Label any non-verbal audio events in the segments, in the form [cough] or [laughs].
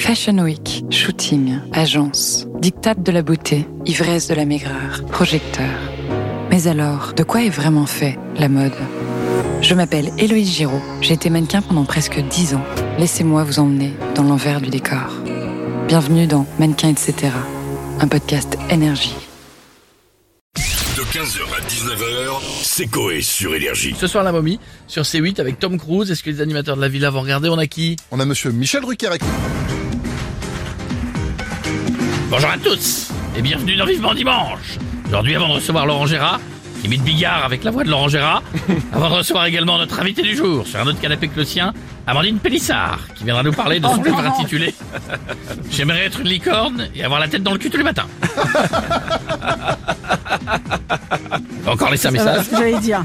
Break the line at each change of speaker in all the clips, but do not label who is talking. Fashion Week, shooting, agence, dictate de la beauté, ivresse de la maigreur, projecteur. Mais alors, de quoi est vraiment fait la mode Je m'appelle Héloïse Giraud, j'ai été mannequin pendant presque 10 ans. Laissez-moi vous emmener dans l'envers du décor. Bienvenue dans Mannequin etc., un podcast énergie.
De 15h à 19h, c'est Coé sur Énergie.
Ce soir, la momie sur C8 avec Tom Cruise. Est-ce que les animateurs de la villa vont regarder On a qui
On a monsieur Michel Drucker avec nous.
Bonjour à tous et bienvenue dans Vivement Dimanche. Aujourd'hui, avant de recevoir Laurent Gérard, qui imite Bigard avec la voix de Laurent Gérard, avant de recevoir également notre invité du jour sur un autre canapé que le sien, Amandine Pélissard, qui viendra nous parler de son livre intitulé J'aimerais être une licorne et avoir la tête dans le cul tous les matins. On va Encore laisser un
Voilà
message.
Euh, ce que j'allais dire.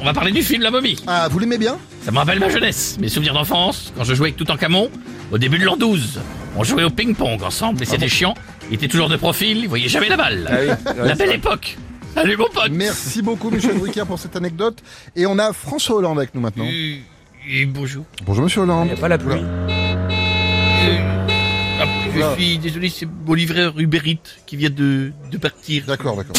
On va parler du film La momie.
Ah, vous l'aimez bien
Ça me rappelle ma jeunesse, mes souvenirs d'enfance, quand je jouais avec Toutankhamon, au début de l'an 12. On jouait au ping-pong ensemble, mais c'était chiant. Il était toujours de profil, il voyait jamais la balle. [laughs] la belle époque. Salut mon
Ah.
pote.
Merci beaucoup Michel Drucker pour cette anecdote. Et on a François Hollande avec nous maintenant.
Euh, et bonjour.
Bonjour monsieur Hollande.
pas la pluie.
Euh, ah, je
Oula.
suis désolé, c'est mon livreur Uber Eats qui vient de, de partir.
D'accord, d'accord.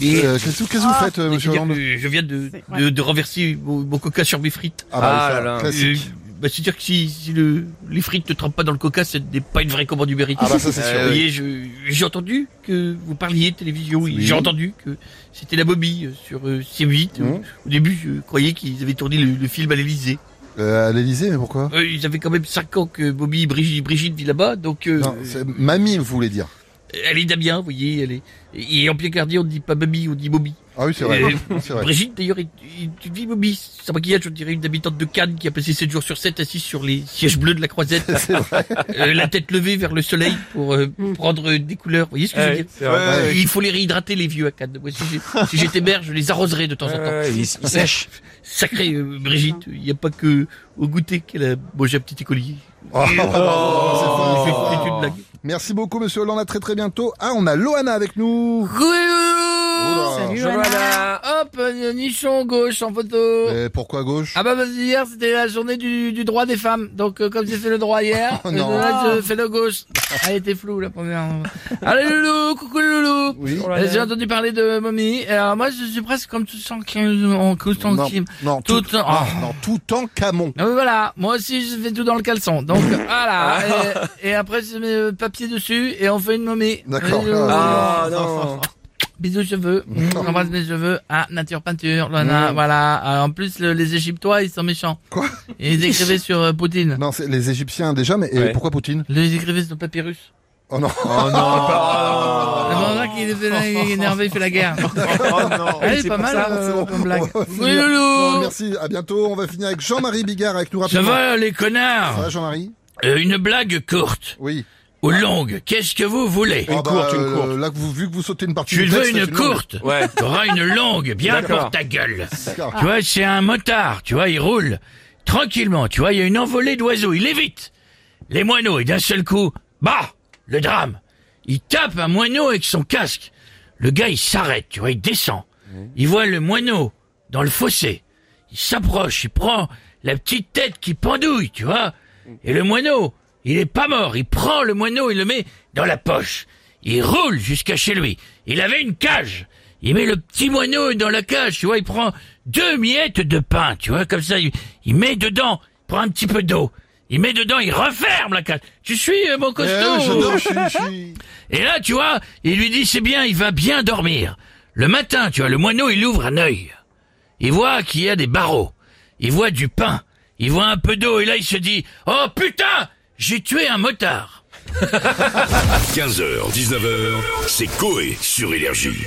Et-
Euh, Qu'est-ce qu'est-ce que
Ah.
vous faites euh,
je,
monsieur
viens
Hollande
de, je viens de,
C'est-
de, de renverser mon, mon coca sur mes frites.
Ah bah,
Ah
ça,
là là.
classique.
Euh, bah, C'est-à-dire que si, si le, les frites ne trempent pas dans le coca, ce n'est pas une vraie commande Uber Eats.
Ah bah ça c'est
Vous
Euh,
sûr.
voyez, je- j'ai entendu que vous parliez de télévision, et j'ai entendu que c'était la momie euh, sur euh, C8.
Mhm.
Au début, je croyais qu'ils avaient tourné le, le film à l'Elysée.
Euh, à l'Elysée, mais pourquoi
ils avaient quand même 5 ans que Bobby Brigitte, Brigitte vit là-bas, donc euh,
Non, c'est mamie vous voulez dire.
euh, elle est Damien, vous voyez, elle est... Et en Picardie, on ne dit pas Bobby, on dit Bobby.
Ah oui, c'est vrai.
Euh,
[laughs] C'est vrai.
Brigitte, d'ailleurs, est est une vieille Bobby. Sans maquillage, on dirait une habitante de Cannes qui a passé 7 jours sur 7 assise sur les sièges bleus de la croisette,
[laughs] C'est vrai.
euh, la tête levée vers le soleil pour euh, prendre euh, des couleurs. Vous voyez ce que je veux dire Euh,
Ouais,
Il faut les réhydrater, les vieux à Cannes. Moi, si j'ai- si j'étais maire, je les arroserais de temps en temps.
il, il sèche.
[laughs] Sacré euh, Brigitte, il n'y a pas que au goûter qu'elle a mangé un petit écolier.
Oh, c'est fort,
C'est
c'est
c'est
fort.
une blague.
Merci beaucoup monsieur Hollande, à très très bientôt. Ah, on a Loana avec nous.
Oh,
Oula.
Salut,
Bonjour,
Anna.
Anna.
Hop, nichon gauche en photo.
Mais pourquoi gauche
Ah bah parce que hier c'était la journée du, du droit des femmes donc euh, comme j'ai fait le droit hier
[laughs] Oh
euh,
non.
là,
Ah.
je fais le gauche Ah, elle était floue la première [laughs] allez loulou coucou loulou
Oui.
Oh là
Euh,
là.
j'ai entendu parler de momie alors moi je suis presque comme tout sans en tout sans
Non,
qui-
non, tout,
tout
ah,
oh.
non, tout en camon.
Ah oui, voilà, moi aussi je fais tout dans le caleçon.
[laughs]
Donc
Ah.
voilà, et, et après je mets le papier dessus et on fait une momie.
D'accord.
Bisous.
Ah non.
[laughs] Bisous
[laughs]
cheveux, on embrasse mes cheveux à Nature Peinture, Loana, voilà. Euh, En plus le- les Égyptois ils sont méchants.
Mm. Quoi
Et
[laughs]
ils écrivaient sur euh, Poutine.
Non, c'est les Égyptiens déjà, mais et
Ouais.
pourquoi Poutine
Ils écrivaient sur papyrus.
Oh [laughs] non.
Ah.
Le mandarin qui est énervé, il fait la
[laughs]
guerre. Elle est
Oh, c'est
pas
pour
mal
ça,
euh,
c'est bon.
comme blague.
On va finir.
Oui
Bon,
loulou
merci, à bientôt. On va finir avec Jean-Marie Bigard avec nous
Ça
rapidement.
va les
Ça
connards
va, Jean-Marie
Euh, Une blague courte
Oui.
ou longue, qu'est-ce que vous voulez
Ah bah,
courte, une
euh,
courte.
Là, que vous, vu que vous sautez une partie
Tu
du
veux
texte,
une
c'est
courte
Ouais.
T'auras une longue, bien
D'accord. Ah.
pour ta gueule.
D'accord.
Tu vois, c'est un motard, tu vois, il roule tranquillement, tu vois, il y a une envolée d'oiseaux, il évite les moineaux et d'un seul coup, bah, le drame. Il tape un moineau avec son casque. Le gars, il s'arrête, tu vois, il descend. Il voit le moineau dans le fossé. Il s'approche, il prend la petite tête qui pendouille, tu vois. Et le moineau, il est pas mort. Il prend le moineau, il le met dans la poche. Il roule jusqu'à chez lui. Il avait une cage. Il met le petit moineau dans la cage, tu vois. Il prend deux miettes de pain, tu vois, comme ça. Il, il met dedans, il prend un petit peu d'eau. Il met dedans, il referme la cage. Tu suis, euh, mon
Eh,
costaud
je
ou-
dors, je suis- je suis-
et là, tu vois, il lui dit c'est bien, il va bien dormir. Le matin, tu vois, le moineau, il ouvre un œil. Il voit qu'il y a des barreaux. Il voit du pain. Il voit un peu d'eau. Et là, il se dit, oh putain, j'ai tué un motard.
15h, 19h, c'est Coé sur Énergie.